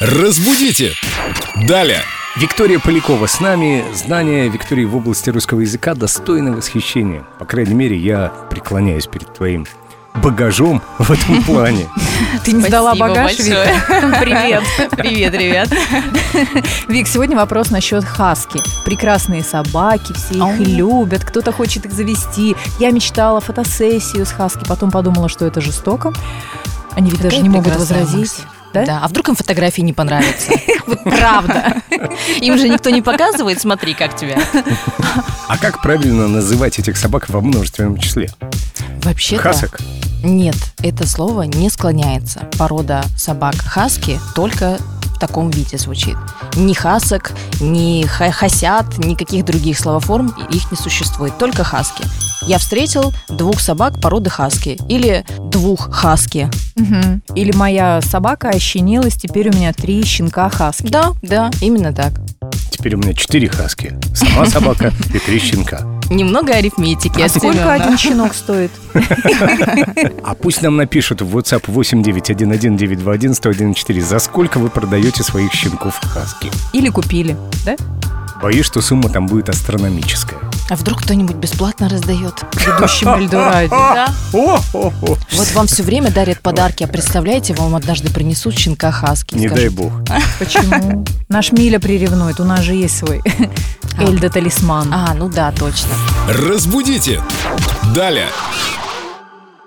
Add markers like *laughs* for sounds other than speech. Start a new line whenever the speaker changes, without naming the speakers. Разбудите! Далее!
Виктория Полякова с нами. Знание Виктории в области русского языка достойно восхищения. По крайней мере, я преклоняюсь перед твоим багажом *laughs* в этом плане.
Ты не сдала
Спасибо
багаж,
большое.
Вика? Привет.
*laughs* Привет, ребят.
Вик, сегодня вопрос насчет хаски. Прекрасные собаки, все их
Ау.
любят, кто-то хочет их завести. Я мечтала фотосессию с хаски, потом подумала, что это жестоко. Они ведь даже не могут
прекрасная
возразить.
Да?
Да?
а вдруг им фотографии не *laughs* понравятся?
Вот
*laughs*
правда.
Им же никто не показывает, смотри, как тебя.
А как правильно называть этих собак во множественном числе?
Вообще-то...
Хасок?
Нет, это слово не склоняется. Порода собак хаски только в таком виде звучит. Ни хасок, ни ха- хасят, никаких других словоформ их не существует, только хаски. Я встретил двух собак породы хаски или двух хаски.
Мгм. Или моя собака ощенилась, теперь у меня три щенка хаски.
Да, да, именно так.
Теперь у меня четыре хаски. Сама собака и три щенка.
Немного арифметики.
А
от
сколько
Семёна.
один щенок стоит?
А пусть нам напишут в WhatsApp 89119211014, за сколько вы продаете своих щенков хаски.
Или купили, да?
Боюсь, что сумма там будет астрономическая.
А вдруг кто-нибудь бесплатно раздает? *laughs*
Ведущим Эльдорадио.
Да.
О-хо-хо.
А! Вот вам все время дарят подарки, а представляете, вам однажды принесут щенка хаски. и
Не дай
скажут,
бог.
Почему? Наш Миля приревнует, у нас же есть свой
А.
Эльда-талисман.
А, ну да, точно.
Разбудите! Далее!